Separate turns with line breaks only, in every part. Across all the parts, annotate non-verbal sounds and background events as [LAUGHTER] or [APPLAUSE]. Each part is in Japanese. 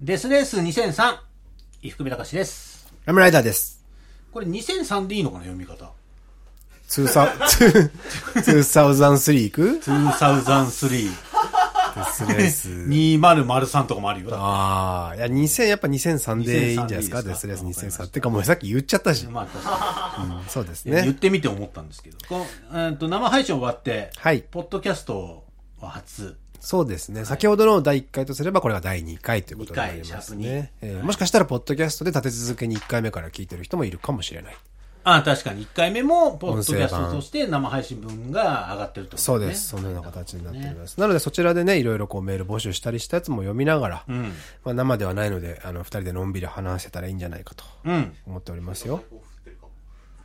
デスレース2003、伊福部隆です。
ラムライダーです。
これ2003でいいのかな、読み方。
ツーサ、ツー、ツーサウザンスリー行く
2003、
ですレス。
2003とかもあるよ。
ああ、いや、2000、やっぱ2003でいいんじゃない
2003
です
でいい
か、デ
です
ス
か
レース2003。ってかもうさっき言っちゃったし。
まあ確か
うんそうです
に、言っ
[LAUGHS] ね。
てみて思ったんですけど。このえーと生配信終わって、
はい
ポッドキャストは初。
そうですね。先ほどの第1回とすれば、これが第2回ということになります
二回
ね。えーもしかしたら、ポッドキャストで立て続けに1回目から聞いてる人もいるかもしれない。
あ確かに1回目も、ポッドキャス
音声
ト
版
として生配信分が上がってるってことね。
そうです。そのような形になっております。なので、そちらでね、いろいろこうメール募集したりしたやつも読みながら、
うん。
まあ生ではないので、あの、二人でのんびり話せたらいいんじゃないかと
うん。
思っておりますよ。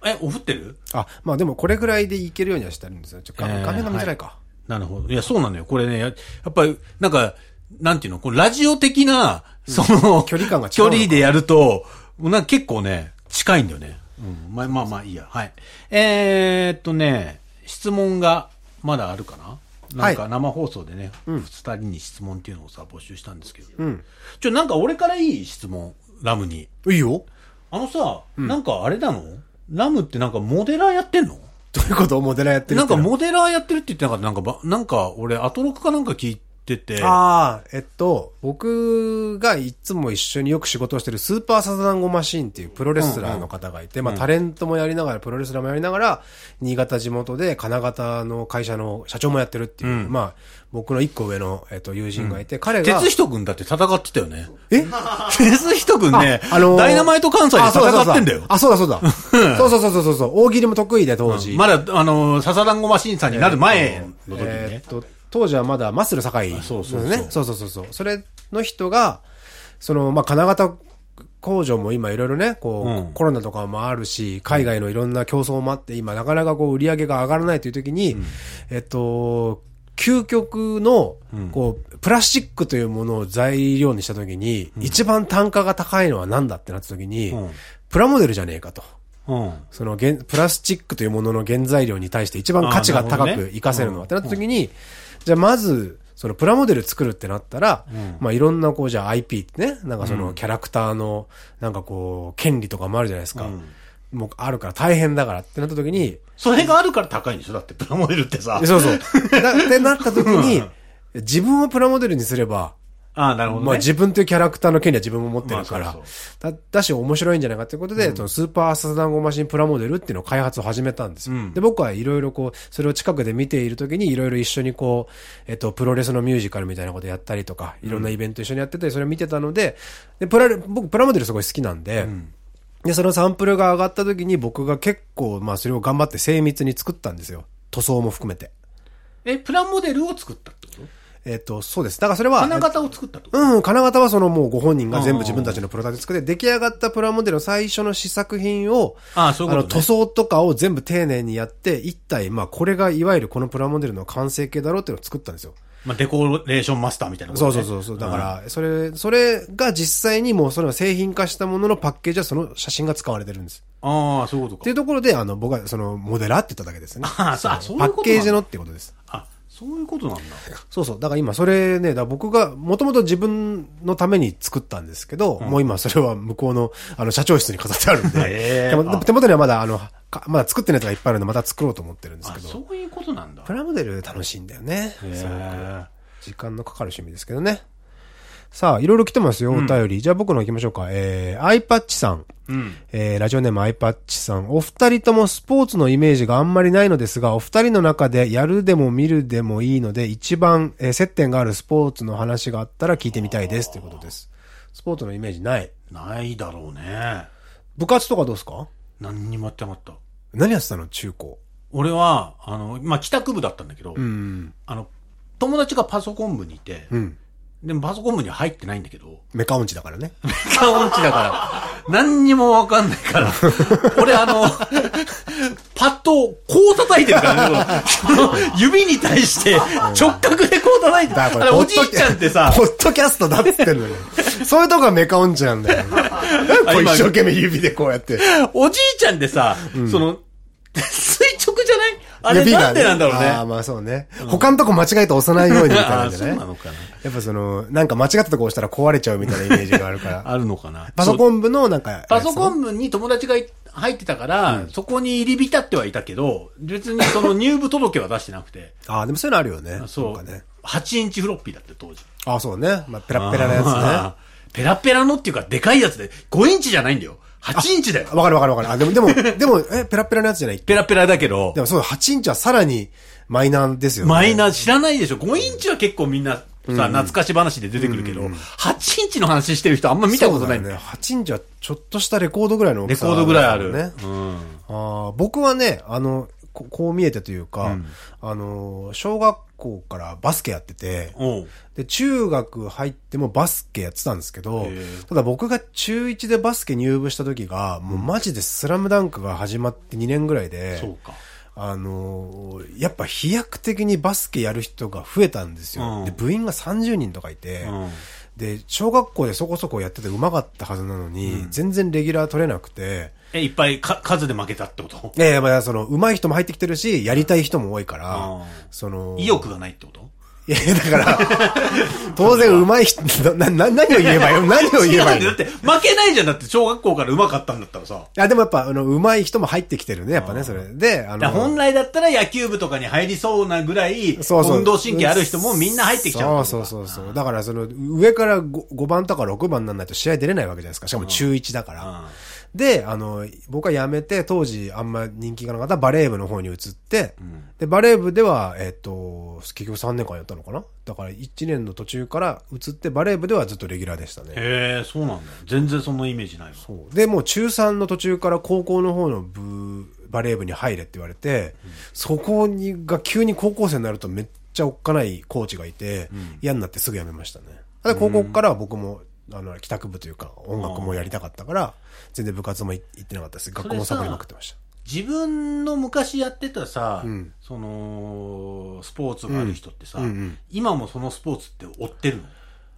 え、おふってる
あ、まあでもこれぐらいでいけるようにはしてあるんですよ。ちょ画
えー
面画面が見づらいか。
なるほど。いや、そうなのよ。これね、ややっぱり、なんか、なんていうの、こうラジオ的な、その、
距離感が違う
距
のか
離でやると、なんか結構ね、近いんだよね。うん。まあまあまあいいや。はい。えー、っとね、質問がまだあるかななんか
は
生放送でね、二、人に質問っていうのをさ、募集したんですけど。うん。ちょ、なんか俺からいい質問、ラムに。
い、いよ。
あのさ、なんかあれなのラムってなんかモデラーやってんの
どういうことモデラーやってる
なん
人
かモデラーやってるって言ってなかった。なんかば、なんか俺、アトロックかなんか聞いてて。
ああ、えっと、僕がいつも一緒によく仕事をしてるスーパーサザンゴマシーンっていうプロレスラーの方がいて、まあタレントもやりながら、プロレスラーもやりながら、新潟地元で金型の会社の社長もやってるっていう、まあ僕の一個上の、えっと、友人がいて、彼が、
哲人君だって戦ってたよね。
え
哲人君ね、
あのー
ダイナマイト関西で戦ってんだよ。
あ、そうだそうだ。そうそうそうそうそうそう。大喜利も得意で当時。
まだ、あのー、笹団子マシンさんになる前の時に
えー
ね
っ。と、当時はまだマッスル堺のね。
そ
そうう
そ
そうう
そう
そうそうそう。それの人が、その、まあ、金型工場も今いろいろね、こう、
うん
コロナとかもあるし、海外のいろんな競争もあって、今なかなかこう売り上げが上がらないという時に、えっと、究極の、こう、プラスチックというものを材料にした時に、一番単価が高いのは何だってなった時に、
うん
プラモデルじゃねえかと。
うん。
その原、プラスチックというものの原材料に対して一番価値が高
あーなるほど
く
ね
活かせるのはってなった時に、じゃあまず、そのプラモデル作るってなったら、まあいろんなこうじゃあ IP ってね、なんかそのキャラクターの、なんかこう、権利とかもあるじゃないですか。もうあるから大変だからってなった時に、
それがあるから高いんでしょだって、プラモデルって [LAUGHS] さ。
そうそう。 [LAUGHS] だってなった時に、自分をプラモデルにすれば、
ああ、なるほどね。
まあ自分というキャラクターの権利は自分も持ってるか
まあ
ら、
そう
だだし面白いんじゃないかということで、そのスーパーサザンゴマシンプラモデルっていうのを開発を始めたんですよ。で、僕はいろいろこう、それを近くで見ているときにいろいろ一緒にこう、えっと、プロレスのミュージカルみたいなことやったりとか、いろんなイベント一緒にやってたり、それを見てたので、で、プラレ、僕プラモデルすごい好きなんで、で、そのサンプルが上がった時に僕が結構、まあそれを頑張って精密に作ったんですよ。塗装も含めて。
え、プラモデルを作ったってこと
えっと、そうです。だからそれは、
金型を作ったってこと
うん、金型はそのもうご本人が全部自分たちのプロダクト作って、出来上がったプラモデルの最初の試作品を、
ああそういうことね
の塗装とかを全部丁寧にやって、一体、まあこれがいわゆるこのプラモデルの完成形だろうっていうのを作ったんですよ。
まあ、デコレーションマスターみたいなこと
そう
ね、
そうそうそう。だから、それ、それが実際にもうその製品化したもののパッケージはその写真が使われてるんです。
ああ、そういうこ
っ
と
てい
か。
うところで、あの、僕はそのモデラーって言っただけですね。
ああ、そうあそうい
パ
うことなんだ
ッケージのってことです。
あ、そういうことなんだ。
そうそう。だから今それね、だから僕がもともと自分のために作ったんですけど、もう今それは向こうのあの社長室に飾ってあるん
[LAUGHS] へー
で、手元
あ
手元にはまだあの、かまだ作ってないやつがいっぱいあるのでまた作ろうと思ってるんです
あ、
けど、
そういうことなんだ。
プラモデル楽しいんだよね。
へ
そう
え
時間のかかる趣味ですけどね。さあ、いろいろ来てますよ、お便り。じゃあ僕の行きましょうか。えー、アイパッチさん。
うん。
えーラジオネームアイパッチさん。お二人ともスポーツのイメージがあんまりないのですが、お二人の中でやるでも見るでもいいので、一番、えー接点があるスポーツの話があったら聞いてみたいです。ということです。スポーツのイメージない。
ないだろうね。
部活とかどうですか
何にもやってなかった。
何やってたの中高。
俺は、あの、まあ、帰宅部だったんだけど、
うん。
あの、友達がパソコン部にいて、
うん。
でもパソコン部には入ってないんだけ
[LAUGHS]
ど、
メカ音痴だからね。
カ音痴だから、何にもわかんないから、俺あの、パッとこう叩いてるからね、その
[LAUGHS]
指に対して直角でこう叩いてる。
だ
あれおじいちゃんってさ、
ポッドキャストだっつってん
[LAUGHS]
のよ。そういうとこがメカ音痴なんだよ。こう一生懸命指でこうやって。
おじいちゃんでさ、その、垂直じゃないあれなんでなんだろう
ああ、
ね。
まあそうね。他のとこ間違えて押さないようにみたいなんで
あーそ
ね
うなのかな。
やっぱその、なんか間違ったとこ押したら壊れちゃうみたいなイメージがあるか
[LAUGHS]
ら。
あるのかな。
パソ
ン
コン部のなんか、
パソコ
ン
ン部に友達がい入ってたから、そこに入り浸ってはいたけど、別にその入部届は出してなく
[LAUGHS]
て。
ああ、でもそういうのあるよね。
そう。
なんかね。
8インチフロッピーだって当時。
ああ、そうね。まあ、ペラッペラなやつね。
あー [LAUGHS] ペラペラのっていうか、でかいやつで、5インチじゃないんだよ。8インチだよ。
わかるわかるわかる。あ、でも、でも、でも、え、ペラッペラなやつじゃない
ペラペラだけど
で、もそう、8インチはさらにマイナーですよね。
マイナー知らないでしょ。5インチは結構みんなさ、懐かし話で出てくるけど、8インチの話してる人あんま見たことない
そう
ね
だよ。ね。8インチはちょっとしたレコードぐらいの大
レ
きさ
コードぐらいある。
ね。
うん
ああ、僕はね、あの、ここう見えてというか、あの、小学校からバスケやってて、
おう
で、中学入ってもバスケやってたんですけど
へえ、
ただ僕が中1でバスケ入部した時が、もうマジでスラムダンクが始まって2年ぐらいで、
そうか。
あのーやっぱ飛躍的にバスケやる人が増えたんですよ。
うん
で、部員が30人とかいて、
うん
で、小学校でそこそこやってて上手かったはずなのに、全然レギュラー取れなくて、
え、いっぱいか数で負けたってこと
いやいや、まあ、その、上手い人も入ってきてるし、やりたい人も多いから、
うん
その、
意欲がないってこと
いやいや、だ
[LAUGHS]
から、当然上手い人、な、な、何を言えばいいの何を言えばいい
違
の
うんだよだっ
い
て、負けないじゃん。だって、小学校から上手かったんだったらさ。
や、でもやっぱ、あの、上手い人も入ってきてるね、やっぱね、それ。で、
だ
あの、
から本来だったら野球部とかに入りそうなぐらい、
そうそう
運動神経ある人もみんな入ってきちゃう。
そうそうそうそう。だから、その、上から 5, 5番とか6番にならないと試合出れないわけじゃないですか。しかも中1だから。
うん
で、あの、僕は辞めて、当時あんま人気がなかったバレー部の方に移って、で、バレー部では、えっ、と、結局3年間やったのかなだから1年の途中から移って、バレー部ではずっとレギュラーでしたね。
へえ、そうなんだ。全然そのイメージないわ。
そうで、もう中3の途中から高校の方の部、バレー部に入れって言われて、そこに、が急に高校生になるとめっちゃおっかないコーチがいて、嫌になってすぐ辞めましたね。で、高校からは僕も、あの、帰宅部というか、音楽もやりたかったから、全然部活もい行ってなかったです。学校もサボりまくってました。
自分の昔やってたさ、
うん
その、スポーツがある人ってさ、
うんうんうん
今もそのスポーツって追ってるの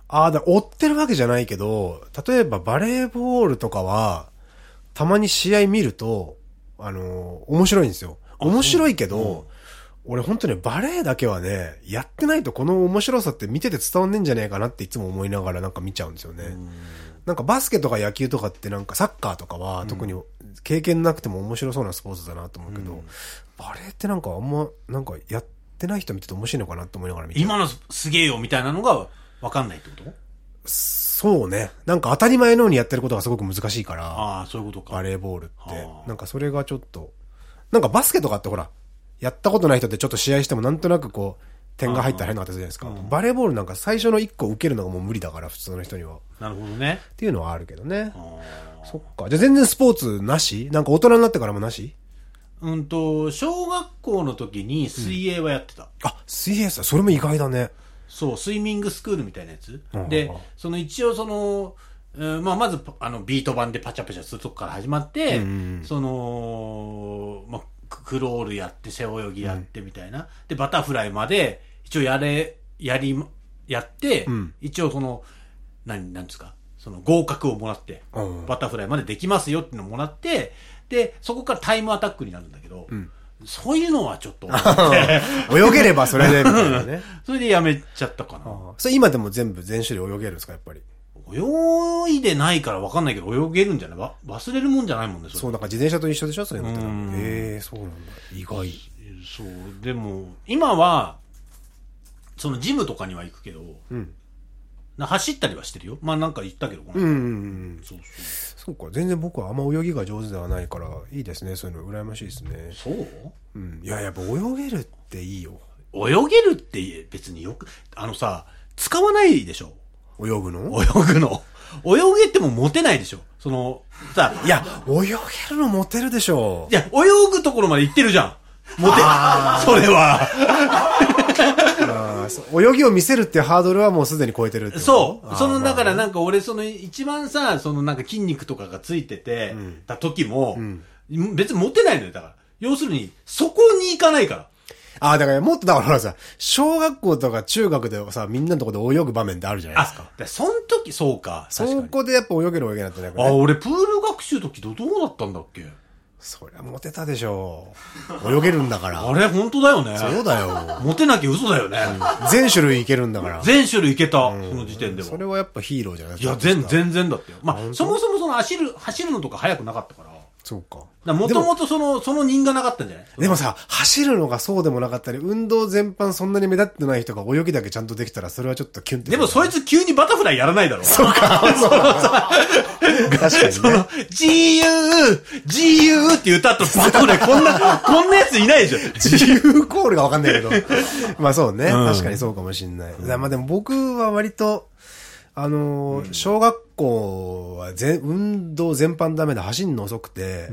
ああ、だから追ってるわけじゃないけど、例えばバレーボールとかは、たまに試合見ると、あのー面白いんですよ。面白いけど、俺本当ね、バレーだけはね、やってないとこの面白さって見てて伝わんねえんじゃねえかなっていつも思いながらなんか見ちゃうんですよね。なんかバスケとか野球とかってなんかサッカーとかは特に経験なくても面白そうなスポーツだなと思うけど、バレーってなんかあんま、なんかやってない人見てて面白いのかなって思いながら見ちゃう
今のすすげえよみたいなのが分かんないってこと
そうね。なんか当たり前のようにやってることがすごく難しいから、
ああ、そういうことか。
バレーボールって
は。あ
なんかそれがちょっと、なんかバスケとかってほら、やったことない人ってちょっと試合してもなんとなくこう、点が入ったら変な形じゃないですか。バレーボールなんか最初の1個受けるのがもう無理だから、普通の人には。っ
なるほどね。
ていうのはあるけどね
あ。ー
そっか。じゃあ全然スポーツなしなんか大人になってからもなし
うんと、小学校の時に水泳はやってた。
あ、水泳さ、それも意外だね。
そう、スイミングスクールみたいなやつ。
うん
で、その一応その、うんまあ、まずパあのビート板でパチャパチャするとこから始まって、その、まあ、ククロールやって背泳ぎやってみたいな、でバタフライまで一応やれやりやって、一応その何なんですかその合格をもらって、
うん
バタフライまでできますよっていうのをもらってでそこからタイムアタックになるんだけど、そういうのはちょっと思
[LAUGHS]
って
泳げればそれで、みたい
[LAUGHS]
なね。
それでやめちゃったかな。
それ今でも全部全種類泳げるんですか、やっぱり。
泳いでないから分かんないけど、泳げるんじゃないわ忘れるもんじゃないもんね、そ
そう、
れ。
だから自転車と一緒でしょそういうのって
うん。
ええそうなんだ。意外。
そう。でも、今は、そのジムとかには行くけど、
うん
な走ったりはしてるよ。まあなんか言ったけど、この
うんうんうん。
そう
そうか。全然僕はあんま泳ぎが上手ではないから、いいですね。そういうの羨ましいですね。
そう。
うん。いや、やっぱ泳げるっていいよ。
そう泳げるって別によく、あのさ、使わないでしょ。
泳ぐの
泳ぐの。泳げてもモテないでしょ。その、さ、い
いや、泳げるのモテるでしょ。
や、泳ぐところまで行ってるじゃん。モテ、それは。
あーそう泳ぎを見せるってハードルはもうすでに超えてるってこと
そう。そ
あ
の、だからなんか俺、その一番さ、そのなんか筋肉とかがついてて、た時も、別にモテないのよ、だから。要するに、そこに行かないから。
あー、だからもっとだからほらさ、小学校とか中学でさ、みんなのとこで泳ぐ場面ってあるじゃないですか。
あ、でその時、そうか。
そこでやっぱ泳げる泳げなってないから、
あ、
ね。
俺、プール学習時どどうだったんだっけ
そりゃモテたでしょう。泳げるんだから。
あれ、本当だよね。
[LAUGHS] そうだよ。
モテなきゃ嘘だよね。
全種類いけるんだから。
全種類いけた、その時点で
そ
は。
れはやっぱヒーローじゃない
いや、全、
ちゃんとした
全然だってよ。まあ、そもそもその走る、走るのとか速くなかったから。だか
そうか。
らもともとその、その人がなかったんじゃない
でもさ、走るのがそうでもなかったり、運動全般そんなに目立ってない人が泳ぎだけちゃんとできたら、それはちょっとキュンって。
でもそいつ急にバタフライやらないだろ。
そうか、そうか。確かに
そ
ね。
の、自由、自由って言った後バタフライ、こんな、こんなやついないじゃん。
自由コールがわかんない [LAUGHS] けど。まあそうね、確かにそうかもしんない。だからまあでも僕は割と、あのー小学校は全運動全般ダメで走んの遅くて、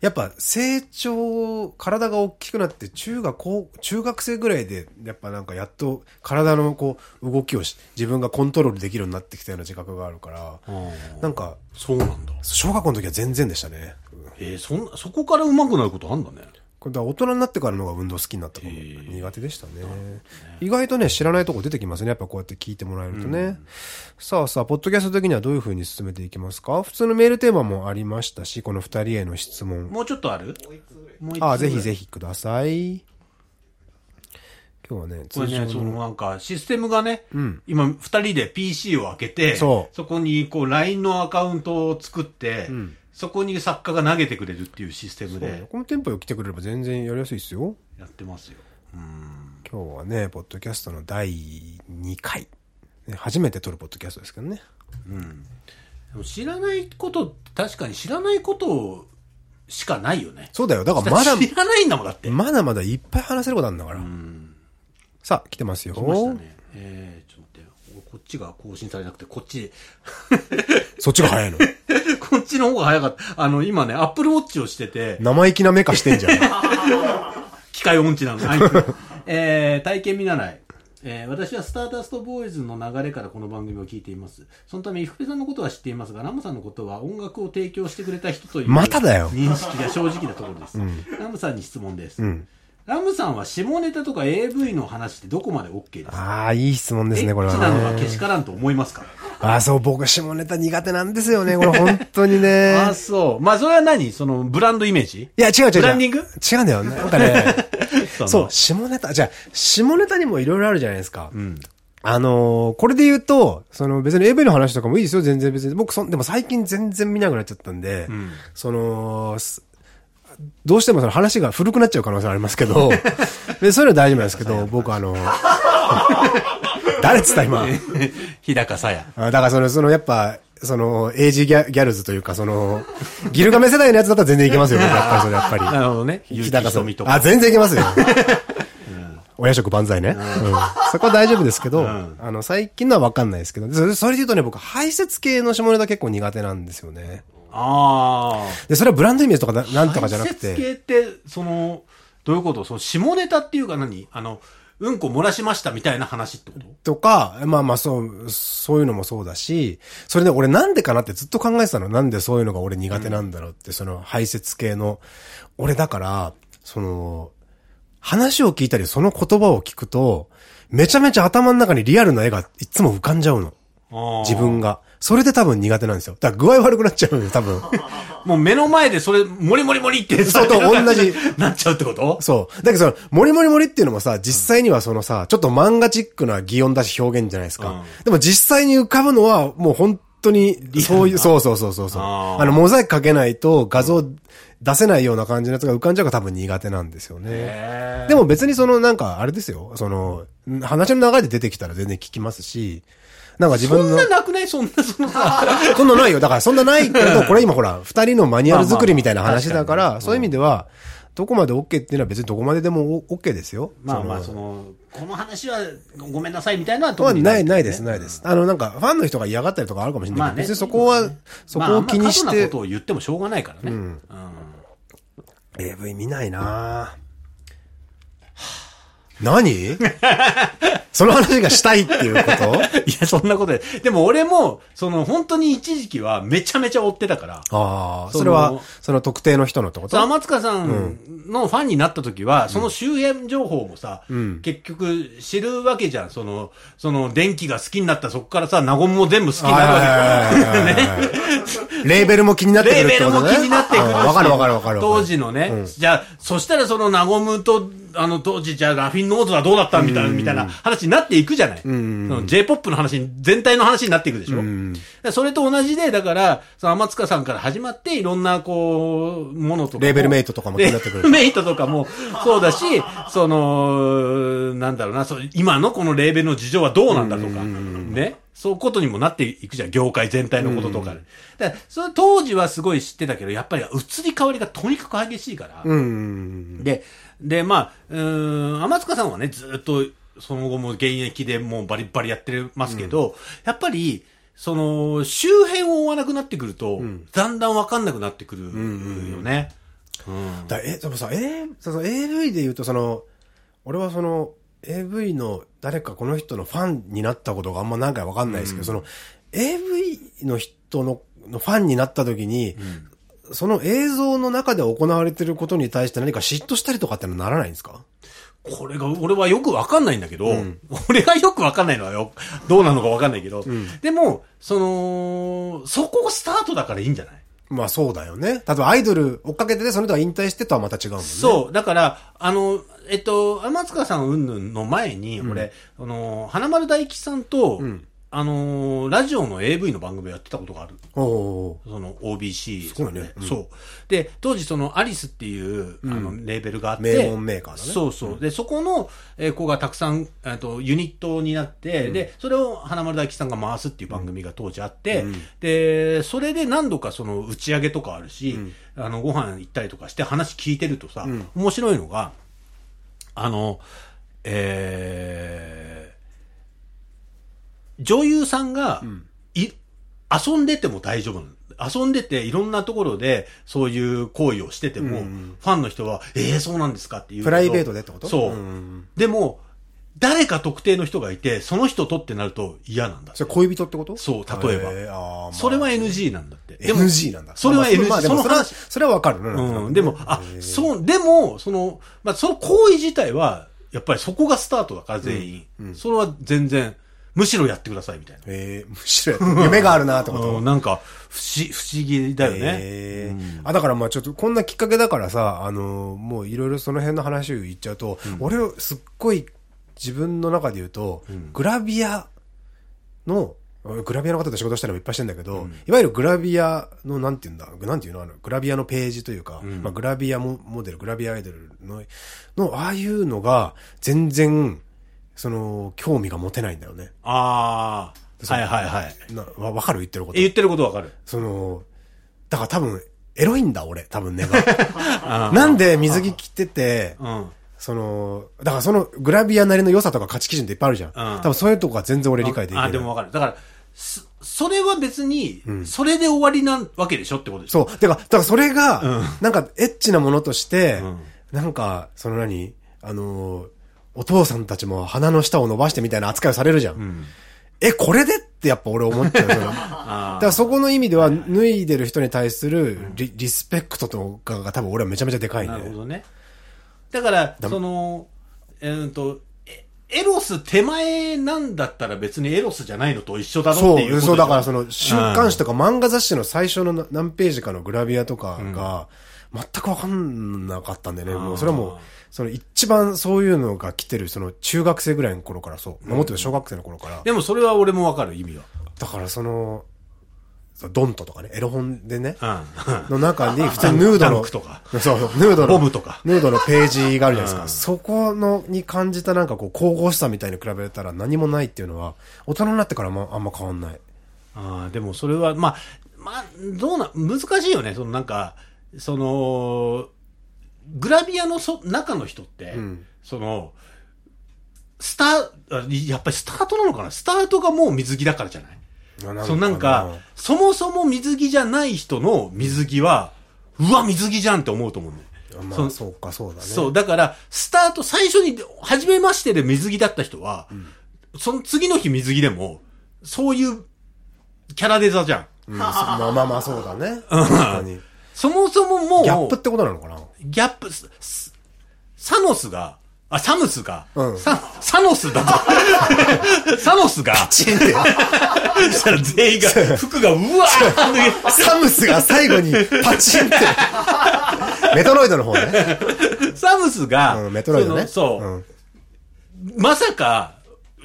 やっぱ成長、体が大きくなって中学高、中学生ぐらいで、やっぱなんかやっと体のこう動きをし自分がコントロールできるようになってきたような自覚があるから、なんか、
そうなんだ。
小学校の時は全然でしたね。
えー、そんな、そこから上手くなることあんだね。
これだから大人になってからの方が運動好きになったかも、苦手でしたね意外とね知らないとこ出てきますねやっぱこうやって聞いてもらえるとね、さあさあポッドキャスト的にはどういうふうに進めていきますか普通のメールテーマもありましたしこの2人への質問
もうちょっとあるもう一つ
ああぜひぜひください今日はね
こ
通
れ
常
ね、
の
そのなんか、システムがね、今、二人で PC を開けて、
そう
こに、こう、LINE のアカウントを作って、そこに作家が投げてくれるっていうシステムで
このテンポよく来てくれれば全然やりやすいですよ
やってますよ。
今日はねポッドキャストの第2回ね初めて撮るポッドキャストですけどね
でも知らないこと、確かに知らないことしかないよね。
そうだよだからまだ
知らないんだもん、だって。
まだまだいっぱい話せることあるんだから。さあ、来てますよ。
ましたね。えー、ちょっと待ってよ。こっちが更新されなくて、こっち、 [LAUGHS]
そっちが早いの。
こっちの方が早かった。あの、今ね、Apple Watch をしてて、
生意気なメカしてんじ
[LAUGHS]
ゃん。
機械音痴な
[LAUGHS]
の。あいつえー、体験見習い。えー、私はスターダストボーイズの流れからこの番組を聞いています。そのため、伊福さんのことは知っていますが、ラムさんのことは音楽を提供してくれた人という
まただよ
認識が正直なところ
[LAUGHS]
です。ラムさんに質問です。ラムさんは下ネタとか AV の話ってどこまで OK ですか
ああ、いい質問です
エ
ね、こ
ッ
れは
チなの
ね、
はけしからんと思いますか
ああ、そう、僕、下ネタ苦手なんですよね、これ、本当にね。
[LAUGHS] あ、そう。まあ、それは何その、ブランドイメージ
いや、違う違う違う。
ブランディング
違うんだよ。なんかね、
そ
そう、下ネタ、じゃあ下ネタにもいろいろあるじゃないですか。あのーこれで言うと、その別に AV の話とかもいいですよ、全然別に。僕そん、でも最近全然見なくなっちゃったんで、その、すどうしてもその話が古くなっちゃう可能性はありますけど、 [LAUGHS] でそういうのは大丈夫なんですけど、僕あの [LAUGHS] ー誰っつった今。
[LAUGHS] 日高さや。
あだからその、そのやっぱ、その、エイジギャギャルズというか、その、ギルガメ世代のやつだったら全然いけますよ、僕やっぱりそれ、やっぱり。
なるほどね。
日
日
高
高
さ
さ
ん
みと。か。
あ、全然いけ
[LAUGHS]
ますよ。親食万歳ね。うん。そこは大丈夫ですけど、あの、最近のはわかんないですけど、それそれで言うとね、僕、排泄系の下ネタ結構苦手なんですよね。
ああ。
で、それはブランドイメージとかななんとかじゃなく
排泄系
て、
って、その、どういうことその下ネタっていうか何あの、うんこ漏らしましたみたいな話ってこと
とか、まあまあ、そう、そういうのもそうだし、それで俺なんでかなってずっと考えてたの。なんでそういうのが俺苦手なんだろうって、その排泄系の。俺だから、その、話を聞いたり、その言葉を聞くと、めちゃめちゃ頭の中にリアルな絵がいつも浮かんじゃうの。
あー
自分が。それで多分苦手なんですよ。だから具合悪くなっちゃうよ、多分。
もう目の前でそれ、もりもりもりって、
そうと同じ。
なっちゃうってこと
そう。だけどその、モリモリモリっていうのもさ、実際にはそのさ、ちょっと漫画チックな擬音だし表現じゃないですか。
うん
でも実際に浮かぶのは、もう本当に、そういう、そうそうそうそうそう。
あ
あ
ー
の、モザイクかけないと画像出せないような感じのやつが浮かんじゃうから多分苦手なんですよね。
へ
でも別にその、なんか、あれですよ。その、話の流れで出てきたら全然聞きますし、なんか自
ーそ
分
ん
の
な、なくないそんな、その
[LAUGHS]
さ。
そんなないよ。だからそんなないけど、これ今ほら、二人のマニュアル作りみたいな話だ
ま
か
あまあま
ら、そういう意味では、どこまで OK っていうのは別にどこまででも OK ですよ。
まあまあ、そ
の。
の、この話はごめんなさいみたいなのは
は
特に
ない、な
け
いで
ど
す、
ね
ないです。あの、なんか、ファンの人が嫌がったりとかあるかもしれ
ま
ない
あ
けど、
ね。
別にそこは、そこを気にし
まああんま過度な
て
こと、を言ってもしょうがないからね。うん。 [LAUGHS]
AV 見ないなぁ
[LAUGHS]
何その話がしたいっていうこと
いや、そんなことで。でも俺も、その、本当に一時期はめちゃめちゃ追ってたから。
ああ、
その
それは、その特定の人のってこ
そ
と
う天塚さんのファンになった時は、その周辺情報もさ、結局知るわけじゃん。その、その電気が好きになったそこからさ、ナゴンも全部好きになるわけじゃん。ね。
レーベルも気になってく
レ
る
ー
っ
ベ
て
ル
こと
も
ね。
気になってくるし
うんわかるわかるわかる。
当時のね、じゃあ、そしたらそのナゴムと、あの当時、じゃあラフィンノーズはどうだったみたいな、みたいな話になっていくじゃない。その J-POP の話に、全体の話になっていくでしょ。でそれと同じで、だから、その天塚さんから始まって、いろんな、こう、ものとかも。
レーベルメイトとかも気になってくる
レーベルメイトとかも、そうだし、その、なんだろうな、そう今のこのレーベルの事情はどうなんだとか、ね。そういうことにもなっていくじゃん、業界全体のこととかで。だから、その当時はすごい知ってたけど、やっぱり移り変わりがとにかく激しいから。
うんうん
で、で、まあ、うーん、天塚さんはね、ずっと、その後も現役でもうバリッバリやってますけど、やっぱり、その、周辺を追わなくなってくると、だんだんわかんなくなってくるよね。
うん。だえ、でもさ、A、その AV で言うと、その、俺はその、AV の誰かこの人のファンになったことがあんま何回わかんないですけど、その、AV の人の、のファンになった時に、その映像の中で行われてることに対して何か嫉妬したりとかってのはならないんですか
これが、俺はよくわかんないんだけど、俺がよくわかんないのはよ、どうなのかわかんないけど、でも、その、そこスタートだからいいんじゃない
まあそうだよね。例えばアイドル追っかけてて、その人が引退してとはまた違うもんね。
そう、だから、あの、えっと、天塚さんうんぬんの前に、俺、あの、花丸大吉さんと、あの、ラジオの AV の番組をやってたことがある。
おうおう
その OBC。
すごいねうん
そう。で、当時そのアリスっていう、あの、レーベルがあって。
名門メーカーだね
そうそう。で、そこの、えー子がたくさん、えっと、ユニットになって、で、それを花丸大吉さんが回すっていう番組が当時あって、で、それで何度かその打ち上げとかあるし、あの、ご飯行ったりとかして話聞いてるとさ、面白いのが、あの、えー女優さんが、い、遊んでても大丈夫なの遊んでていろんなところでそういう行為をしてても、ファンの人は、ええそうなんですかっていうけど。
プライベートでってこと
そう。
ん
でも、誰か特定の人がいて、その人とってなると嫌なんだって
それ恋人ってこと
そう例えば
ーあーまあ
それは NG なんだって。でも
NG なんだ。
それは NG
まあまあでも
その
それは、
話
それはわかるななんとなく
う
ね
ん、でも、あ、そう、でも、その、まあ、その行為自体は、やっぱりそこがスタートだから、全員。それは全然、むしろやってください、みたいな。
えーむしろ夢があるなってこと
うんなんか、不思不思議だよね。
えーあだからまあちょっとこんなきっかけだからさ、あのーもういろいろその辺の話を言っちゃうと、俺すっごい自分の中で言うと、グラビアの、俺グラビアの方と仕事したりもいっぱいしてんだけど、いわゆるグラビアの、なんて言うんだ、なんて言うのあの、グラビアのページというか、まあ、グラビアモモデル、グラビアアイドルの、の、ああいうのが、全然、その、興味が持てないんだよね。
ああ、はいはいはい。
なわわかる言ってること
え。言ってることわかる。
[LAUGHS] その、だから多分、エロいんだ、俺、多分ね。 [LAUGHS] なんで水着着てて、
うん。
その、だからそのグラビアなりの良さとか価値基準っていっぱいあるじゃん。多分そういうとこが全然俺理解できな
あ、
い。
でもわかる。だから、そそれは別に、それで終わりなわけでしょってことでしょ。
そう。てか、だからそれが、なんかエッチなものとして、なんか、その何あのー、お父さんたちも鼻の下を伸ばしてみたいな扱いをされるじゃん。え、これでってやっぱ俺思っちゃう
[LAUGHS]
その。だからそこの意味では、脱いでる人に対するリリスペクトとかが多分俺はめちゃめちゃでかいね。
なるほどね。だから、その、えーっと、えエロス手前なんだったら別にエロスじゃないのと一緒だろっていうことで
そう、
しょ
そう、だからその、週刊誌とか漫画雑誌の最初のな何ページかのグラビアとかが、全くわかんなかったんだよね。もう、それはもう、その一番そういうのが来てる、その中学生ぐらいの頃からそう、まあもっと小学生の頃から。
でもそれは俺もわかる、意味は。
だからその、そうドントとかね、エロ本でね、
うん。
の中に普通にヌード
ダン
の、
クとか
そうそう、ヌードの、
ボブとか
ヌードのページがあるじゃないですか。そこのに感じたなんかこう、神々しさみたいに比べたら何もないっていうのは、大人になってからもあんま変わんない。
ああ、でもそれは、まあ、まあ、どうな、難しいよね、そのなんか、その、グラビアのそ中の人って、その、スターあ、やっぱりスタートなのかなスタートがもう水着だからじゃないそのなんか、そもそも水着じゃない人の水着は、うわ、水着じゃんって思うと思うんだよ。
ま
そ
あ、
う
そうか、そうだね。
そう、だから、スタート、最初に、初めましてで水着だった人は、その次の日水着でも、そういうキャラデザじゃん。
うんまあまあまあ、そうだね。確かに。
そもそももう、
ギャップってことなのかな
ギャップ、すすサノスがあ、サムスが、
うん
サ、サノスだ
[LAUGHS]
と。サノスが、
チンって。
そしたら全員が、服がうわー脱げ
サムスが最後にパチ
[LAUGHS]
ンって。メトロイドの方ね。
サムスが、
うん、メトロイドね。
そのそう、
ん
まさか、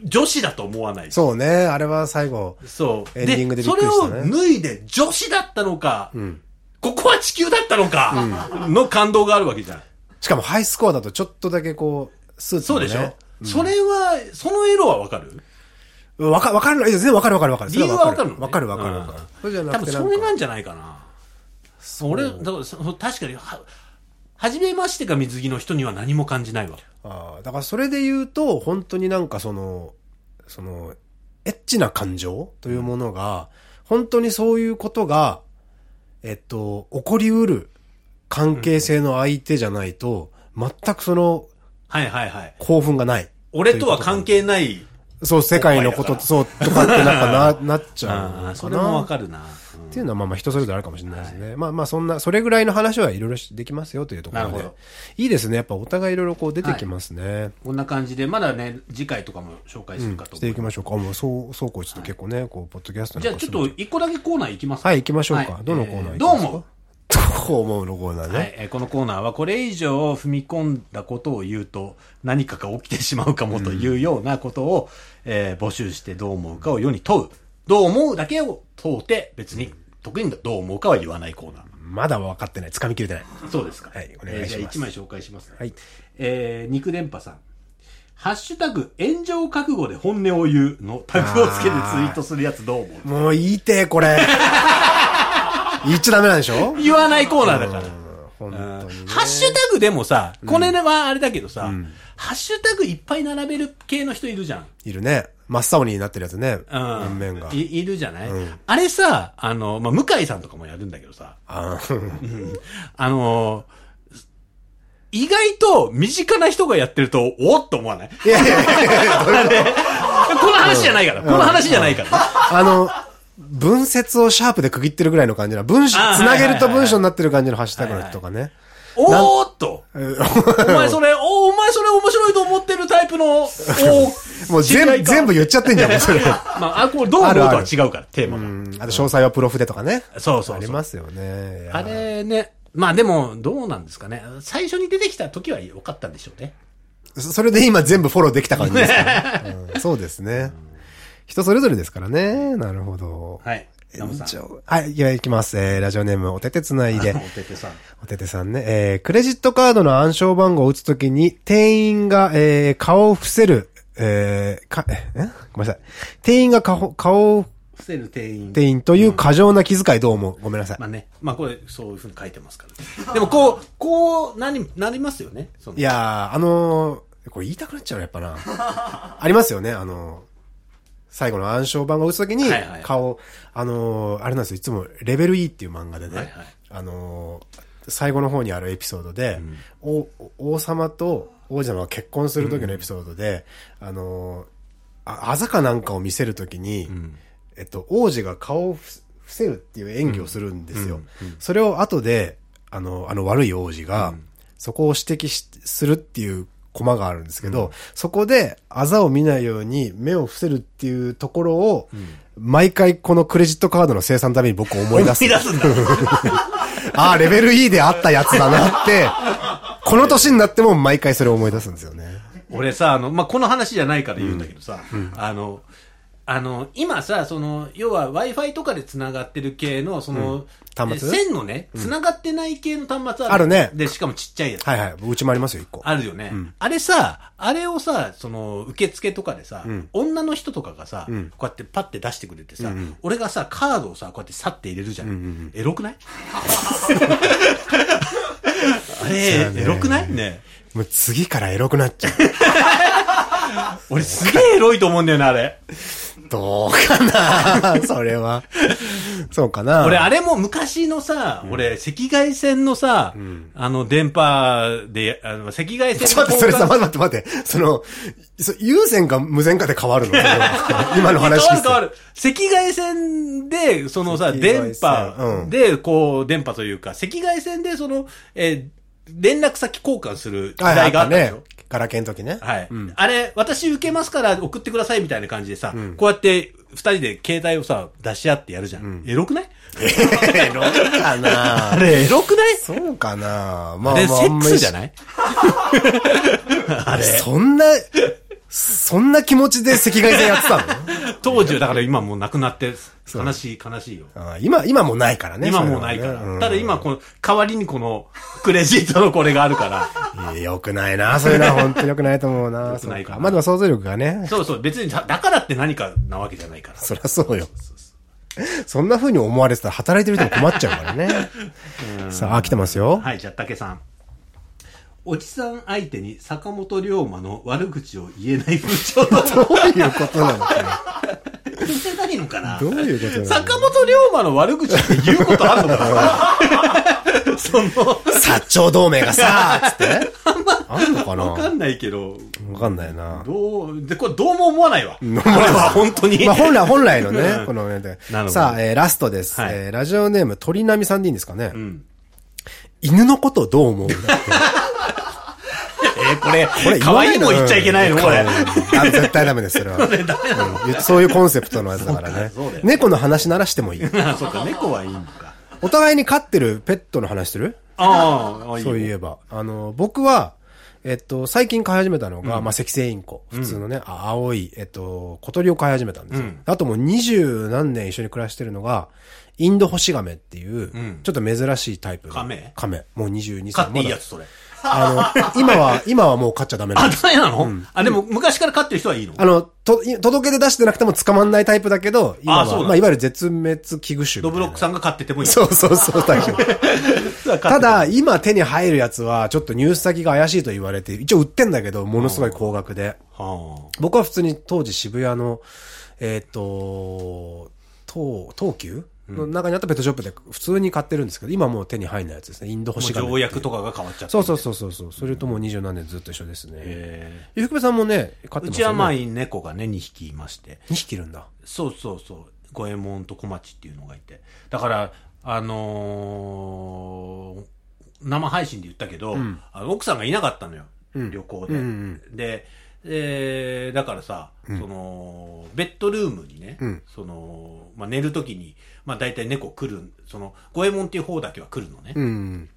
女子だと思わない。
そうね。あれは最後。
そう。
エンディングでびっくりしたね
それを脱いで女子だったのか、ここは地球だったのか、の感動があるわけじゃん。
しかもハイスコアだとちょっとだけこう、スーツ
そ
も
う
ね。
でしょ、それは、そのエロはわかる
うんわか、わかる、いや全然わかるわかるわかる。
理由はわかるのね
わかるわかるわかる
うん。
そうじゃ
多
なく
分
てな
そ
ん
れ
か
なんじゃないかな。俺、だからそ確かに、は、初めましてが水着の人には何も感じないわ。
ああ、だからそれで言うと、本当になんかその、その、エッチな感情というものが、本当にそういうことが、えっと、起こりうる関係性の相手じゃないと、全くその
はいはいはい。
興奮がない。
俺とは関係ない。
そう、世界のこと、そう、とかってなん
[LAUGHS]
かな、なっちゃうのか
あ
な。
あ、それもわかるな。うん
っていうのはまあまあ人それぞれあるかもしれないですね。まあまあそんな、それぐらいの話はいろいろできますよというところ
なる
で
ほど。
いいですね。やっぱお互いいろいろこう出てきますね。
こんな感じで、まだね、次回とかも紹介するかと
し
思
て
い
い
ます
きましょうか。あもうそう、そうこうちょっと結構ね、こう、ポッドキャストの
じゃあちょっと一個だけコーナー行きますか
はい、行きましょうか。
はい
どのコーナ
えー
ー行きますか
どうも。
どう思うのコーナーね。
はい、えーこのコーナーはこれ以上踏み込んだことを言うと何かが起きてしまうかもというようなことを、えー募集してどう思うかを世に問う。どう思うだけを問うて別に特にどう思うかは言わないコーナ
まだ分かってない。掴みきれてない。
ー。そうですか。
はいお願
えー
いします
じゃあ1枚紹介しますね。
はい
えー肉電波さん。ハッシュタグ、炎上覚悟で本音を言うのタグをつけてツイートするやつどう思う
もういいて、これ。 [LAUGHS] 言っちゃダメなんでしょ
言わないコーナーだから。
本当に。
ハッシュタグでもさ、これはあれだけどさ、ハッシュタグいっぱい並べる系の人いるじゃん。
いるね。真っ青になってるやつね。
うん。
面々が。
いいるじゃない、あれさ、あの、まあ、向井さんとかもやるんだけどさ、
あー
あの意外と身近な人がやってると、おっと思わないこ
いやいやいやいやどういうこと
の話じゃないから、この話じゃないから。
あの、文節をシャープで区切ってるぐらいの感じな。文章、
あー
つなげると文章になってる感じのハッシュタグのやつとかね。
おーっと
う
お
ん
前それ、お、お前それ面白いと思ってるタイプの、おー
もう
知り合い
全
か
全部言っちゃってんじゃん、もう
[LAUGHS]
それ。
まあ、あ、これどう思うとは違うから、テーマ
う
が。
んあと詳細はプロフでとかね。
そうそうそう。
ありますよね。いや
あれね、まあでも、どうなんですかね。最初に出てきた時は良かったんでしょうね。
そそれで今全部フォローできた感じですから、うんそうですね。人それぞれですからね。なるほど。
はい。
え
ナムさん。
じゃあはい、いや、いきます。えーラジオネーム、おててつないで
お。ててさん。
おててさんね、えークレジットカードの暗証番号を打つときに、店員が、えー顔を伏せる、えーか、えんごめんなさい。店員が顔、顔を、
伏せる店員。
店員という過剰な気遣いどう思うごめんなさい
ま。あね、まあこれ、そういうふうに書いてますから、 [LAUGHS] でもこう、こう、なり、なりますよね。その
い、やー、あのー、これ言いたくなっちゃうなやっ
[LAUGHS]
ぱな。ありますよね、あのー、最後の暗証番号打つときに
はいはい、
顔、あのー、あれなんですよ、いつも、レベル E っていう漫画でね、
はいはい
あのー、最後の方にあるエピソードで、お王様と王子様が結婚する時のエピソードで、あのー、ああざかなんかを見せるときに、えっと、王子が顔をふす伏せるっていう演技をするんですよ。それを後で、あの、あの悪い王子が、そこを指摘しするっていうコマがあるんですけど、そこで、あざを見ないように目を伏せるっていうところを、毎回このクレジットカードの生産のために僕思い出す
見。出すんだ。
[LAUGHS] ああ、レベル E であったやつだなって、この年になっても毎回それを思い出すんですよね。
俺さ、あの、まあ、この話じゃないから言うんだけどさ、あの、あの、今さ、その、要は Wi-Fi とかで繋がってる系の、その、
端末
え線のね、繋がってない系の端末ある。
あるね
で、しかもちっちゃいやつ。
はいはい。うちもありますよ、一個。
あるよね、あれさ、あれをさ、その、受付とかでさ、女の人とかがさ、こうやってパッて出してくれてさ、俺がさ、カードをさ、こうやってさって入れるじゃん。エロく [LAUGHS] ないあれ、エロくないね
もう次からエロくなっちゃう。
俺すげえエロいと思うんだよな、あれ。
どう
[LAUGHS]
かなそれは。そうかな
俺、あれも昔のさ、俺、赤外線のさ、あの、電波で、あの赤外線
ちょっと待って、それさ、
交換
待って待って待って。その、そ有線か無線かで変わ
[LAUGHS]
るの今の話
変わる変わ
る。
る。赤外線で、そのさ、
赤外線
電波で、こう、電波というか、赤外線で、その、えー連絡先交換する時代があったんですよ。
ね。ガラケーの時ね。
はい。あれ、私受けますから送ってくださいみたいな感じでさ、こうやって二人で携帯をさ、出し合ってやるじゃん。エロくない
エロいかな
あれ、エロくない
そうかなま
あれ、セックスじゃ
い
ない
あれ。そんな、そんな気持ちで赤外線やってたの
当時はだから今もうなくなって、悲しい、悲しいよ。
あー今、今もうないからね。
今もうないから。
そううのはね
ただ今この、代わりにこの、クレジットのこれがあるから。
うんいやよくないな、そういう
[LAUGHS]
のは本当によくないと思うな。
くないかな
そうまあでも想像力がね、
そうそう、別にだ、だからって何かなわけじゃないから。
そりゃそうよ。そんな風に思われてたら働いてる人も困っちゃうからね。さあ、あ来てますよ。
はい、じゃあ、竹さん。おじさん相手に坂本龍馬の悪口を言えない風潮の
[LAUGHS] どういうこ
[LAUGHS]
となのかな
言せないのかな
どういうことな
[LAUGHS]
の
坂本龍馬の悪口って言うことあるのかなその、
薩長同盟がさ、つって。
[LAUGHS]
あんの [LAUGHS] かな
わかんないけど、
わかんないな。
どう、で、これどうも思わ
[LAUGHS]
ないわ。これ
わない
は本当に。
まあ本来、本来のね
ん、
この面で
なるほ。ど
さあ、えーラストです。
はい
えーラジオネーム、鳥波さんでいいんですかね。犬のことどう思う
[LAUGHS] えーこれ、こ
こ
れ、可愛いもん言っちゃいけないのこれ。
あ絶対ダメです、そ
[LAUGHS]
れは。うんそういうコンセプトのやつだからね
そうかそうだ。よ
猫の話ならしてもいい。
あ、 [LAUGHS] そっか、猫はいいのか。
お互いに飼ってるペットの話する
ああ、
そうい
え
えば。あの、僕は、えっと、最近飼い始めたのが、まあ、赤星インコ。普通のね、あ青い、えっと、小鳥を飼い始めたんですよ。あともう二十何年一緒に暮らしてるのが、インドホシガメっていう、ちょっと珍しいタイプの。
亀
亀。もう22歳。
飼っていい
まだ
やつ、それ。
あ
[LAUGHS]
の、今は、今はもう飼っちゃダメな
あ
んです、
ダメなの、あ、でも、昔から飼ってる人はいいの
あの、と、届け出出してなくても捕まんないタイプだけど、今
あそうな
は、
の
まあ、いわゆる絶滅危惧種みたいな。
ドブロックさんが飼っててもいいの
そうそうそう、
[LAUGHS]
大丈夫。
飼ってて
ただ、今手に入るやつは、ちょっと入手先が怪しいと言われて、一応売ってんだけど、ものすごい高額で。
は
僕は普通に当時渋谷の、えーっ、と、東、東急の中にあったペットショップで普通に買ってるんですけど、今もう手に入らないやつですね。インド
あ、も
星
う
が。
条約とかが変わっちゃって。
そうそうそうそうそう。それともう二十何年ずっと一緒ですね。
え
ゆふくべさんもね、
ー
買って
う
ます
ちは
よ
まあ
ね。
猫がね、2匹いまして。
2匹いるんだ。
そうそうそう。五右衛門と小町っていうのがいて。だから、あのー生配信で言ったけど、あの奥さんがいなかったのよ。旅行で。
うん
で、えーだからさ、その、ベッドルームにね、
うん
その、まあ、寝るときに、まあ、大体猫来る、その、五右衛門っていう方だけは来るのね。
うん。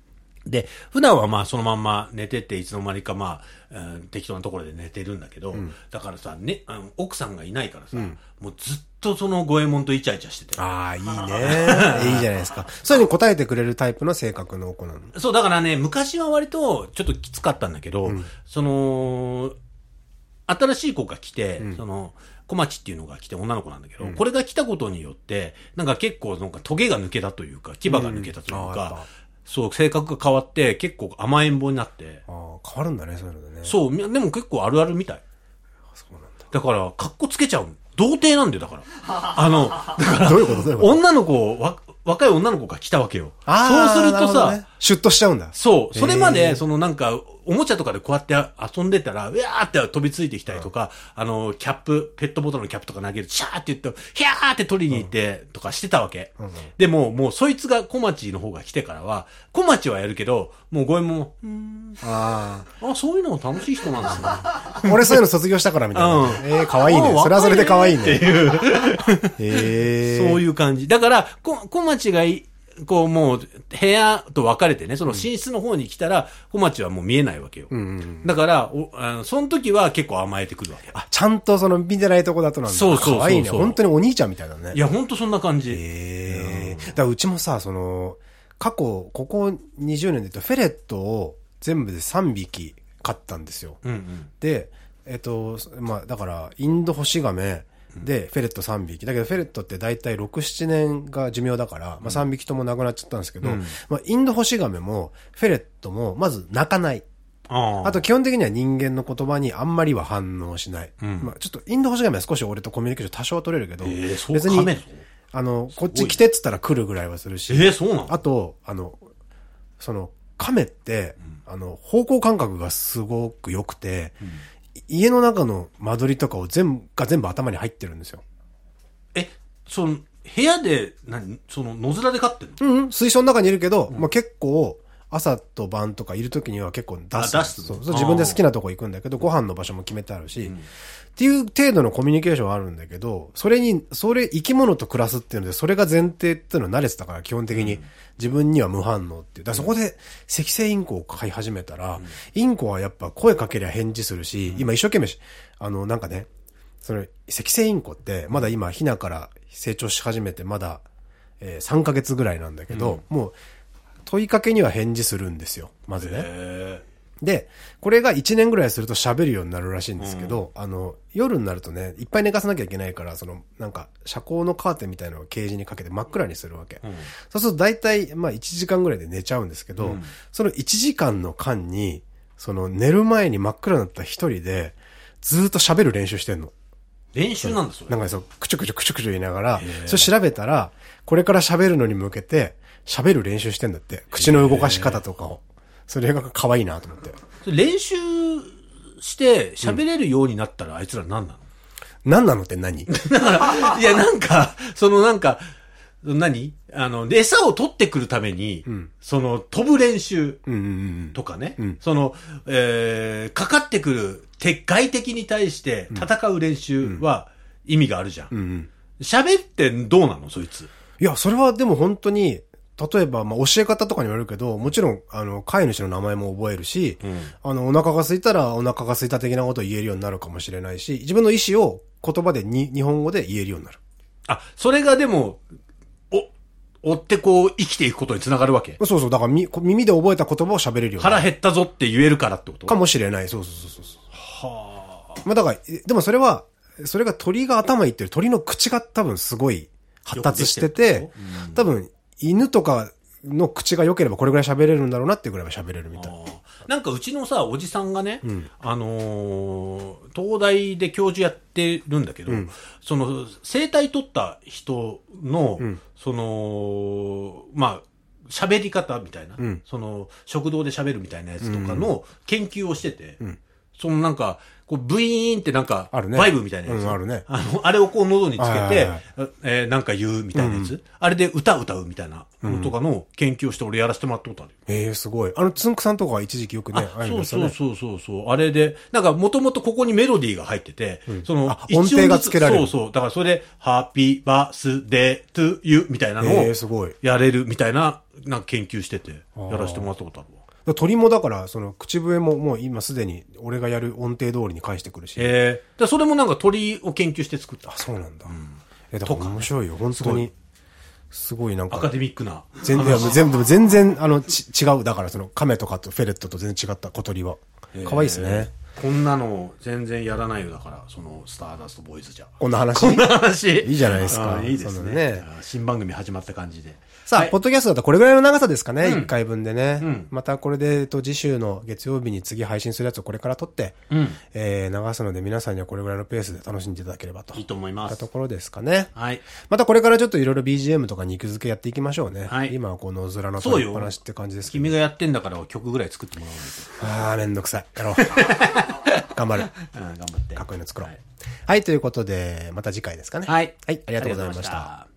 で、普段はまあそのまんま寝てて、いつの間にかまあ、うん適当なところで寝てるんだけど、だからさ、ね、あの奥さんがいないからさ、もうずっとその五右衛門とイチャイチャしてて。
ああ、いい
[LAUGHS]
ね。いいじゃないですか。そういうのに答えてくれるタイプの性格の子なの。
そう、だからね、昔は割とちょっときつかったんだけど、その、新しい子が来て、その、小町っていうのが来て女の子なんだけど、これが来たことによって、なんか結構なんかトゲが抜けたというか、牙が抜けたという
うんあーやっぱ
か、そう、性格が変わって、結構甘えん坊になって、
ああ、変わるんだね、そういうのでね。
そう、みでも結構あるあるみたい。
そうなんだ。
だから、格好つけちゃうの。童貞なんだよ、だから。あの、だから、
どういうことどういうこと
女の子、わ、若い女の子が来たわけよ。そう
あー
すると
な
さ、
ほどねシュッとしちゃうんだ。
そう、それま
へ
で、そのなんか、おもちゃとかでこうやって遊んでたら、うわーって飛びついてきたりとか、あの、キャップ、ペットボトルのキャップとか投げる、シャーって言って、ヒャーって取りに行って、とかしてたわけ。でも、もうそいつが小町の方が来てからは、小町はやるけど、もうゴエモンも、うーん、
あ
あ、そういうのも楽しい人なんですね。
あ。 [LAUGHS] 俺そういうの卒業したからみたいな。
うん
ええ可愛いね。
あ
それはそれで可愛いね。
若い
ええ
そういう感じ。だから、こ小町がい、こうもう、部屋と分かれてね、その寝室の方に来たら、小町はもう見えないわけよ。だから、おあのその時は結構甘えてくるわけ。
あ、ちゃんとその見てないとこだとなんだ。
そうそうそうそう
可愛いね。本当にお兄ちゃんみたいだね。
いや、ほんとそんな感じ。
ええだからうちもさ、その、過去、ここ20年で言うと、フェレットを全部で3匹飼ったんですよ。
うんうん。
で、えっと、まあ、だから、インドホシガメで、フェレット3匹。だけど、フェレットって大体6、7年が寿命だから、まあ、3匹とも亡くなっちゃったんですけど、まあ、インドホシガメも、フェレットも、まず泣かない。
ああ。
あと、基本的には人間の言葉にあんまりは反応しない。まあ、ちょっと、インドホシガメは少し俺とコミュニケーション多少は取れるけど、
ええそう
別
噛め
に
るぞ、
あの、こっち来てっつったら来るぐらいはするし、
ええそうなの
あと、あの、その、亀って、あの、方向感覚がすごく良くて、い家の中の間取りとかを全部、が全部頭に入ってるんですよ。
え、その、部屋で、何その、野面で飼ってるの
うん、うん、水槽の中にいるけど、まあ結構、朝と晩とかいる時には結構出す。
あ出す
そうそう自分で好きなとこ行くんだけど、ご飯の場所も決めてあるし、っていう程度のコミュニケーションはあるんだけど、それに、それ、生き物と暮らすっていうので、それが前提っていうのは慣れてたから、基本的に自分には無反応っていう。だからそこで、赤星インコを飼い始めたら、インコはやっぱ声かけりゃ返事するし、今一生懸命し、あの、なんかね、その、赤星インコって、まだ今、ヒナから成長し始めて、まだ、えー3ヶ月ぐらいなんだけど、もう、問いかけには返事するんですよ、まずね。
え
で、これが1年ぐらいすると喋るようになるらしいんですけど、あの、夜になるとね、いっぱい寝かさなきゃいけないから、その、なんか、遮光のカーテンみたいなのをケージにかけて真っ暗にするわけ。そうすると大体、まあ1時間ぐらいで寝ちゃうんですけど、その1時間の間に、その寝る前に真っ暗になった一人で、ずーっと喋る練習してんの。
練習なんだ、それ。
なんかねそう、くちょくちょくちょくちょ言いながら、それ調べたら、これから喋るのに向けて、喋る練習してんだって。口の動かし方とかを。それが可愛いなと思って。
それ練習して喋れるようになったら、あいつら何なの
何なのって何 [LAUGHS]
だから、いや、なんか、そのなんか、何あの、で餌を取ってくるために、その、飛ぶ練習
うんうんうん。
とかね、その、えー、かかってくる敵外敵に対して戦う練習は意味があるじゃん。喋、ってどうなのそいつ。
いや、それはでも本当に、例えば、まあ、教え方とかにもよるけど、もちろん、あの、飼い主の名前も覚えるし、あの、お腹が空いたら、お腹が空いた的なことを言えるようになるかもしれないし、自分の意思を言葉でに、日本語で言えるようになる。
あ、それがでも、お、追ってこう生きていくことにつながるわけ。
そうそう、だからみ、こ耳で覚えた言葉を喋れるようにな
腹
る。
減ったぞって言えるからってこと
かもしれない。そうそうそうそう。はまあ、だから、えでもそれは、それが鳥が頭いってる、鳥の口が多分すごい発達して
よくで
て
きてる、
多分、犬とかの口が良ければこれぐらい喋れるんだろうなっていうぐらいは喋れるみたいな。
なんかうちのさ、おじさんがね、あのー東大で教授やってるんだけど、その、生体取った人の、その、まあ、喋り方みたいな、その、食堂で喋るみたいなやつとかの研究をしてて、そのなんか、こう、ブイーンってなんか、
あるね
バイブみたいなやつ。
うんあるね
あの、あれをこう喉につけ
はいはい
て
はい、
えーなんか言うみたいなやつ。あれで歌歌うみたいなのとかの研究をして俺やらせてもらったことあるよ。
ええすごい。あの、つんくさんとかは一時期よくね、ああいの
そ
や
う
つだ
そう
ね。
そうそうそう。あれで、なんかもともとここにメロディーが入ってて、その
あ、音程がつけられる
そうそう。だからそれで、ハッピーバースデートゥーユーみたいなの
ええす
を
ごい。だか
やれるみたいな、なんか研究してて、やらせてもらったことあるわ。
ら鳥もだから、その、口笛ももう今すでに俺がやる音程通りに返してくるし。
ええでそれもなんか鳥を研究して作った
あ、。そうなんだ。え、だから面白いよ。本当に。すごいなん
ア
か
カ、デミックな。
全然、いや全部、全然、あの、ち違う。だから、その、亀とかとフェレットと全然違った小鳥は。可愛いですね。
こんなの全然やらないよだから、その、スターダストボーイズじゃ。
こんな話。
こんな話。
[LAUGHS] いいじゃないですか
あいいです
そんな
ね
ね
あ新番組始まった感じで。
さあ、
はい
ポッドキャストだとこれぐらいの長さですかね、一1回分でね。またこれで、えっと、次週の月曜日に次配信するやつをこれから撮って、えー流すので皆さんにはこれぐらいのペースで楽しんでいただければと。
いいと思いま
った
す
と。ころですかね。
はい。
またこれからちょっといろいろ BGM とか肉付けやっていきましょうね。
はい
今はこのずらの
そう
取り
よ
っぱなしって感じですけど。
君がやってんだから曲ぐらい作ってもらわな
あー、めんどくさい。
[LAUGHS]
やろう。頑張る。
いと。うん、頑張って。
かっこいいの作ろう。は
はい
い、ということで、また次回ですかね。
はい
はい、ありがとうございました。
た。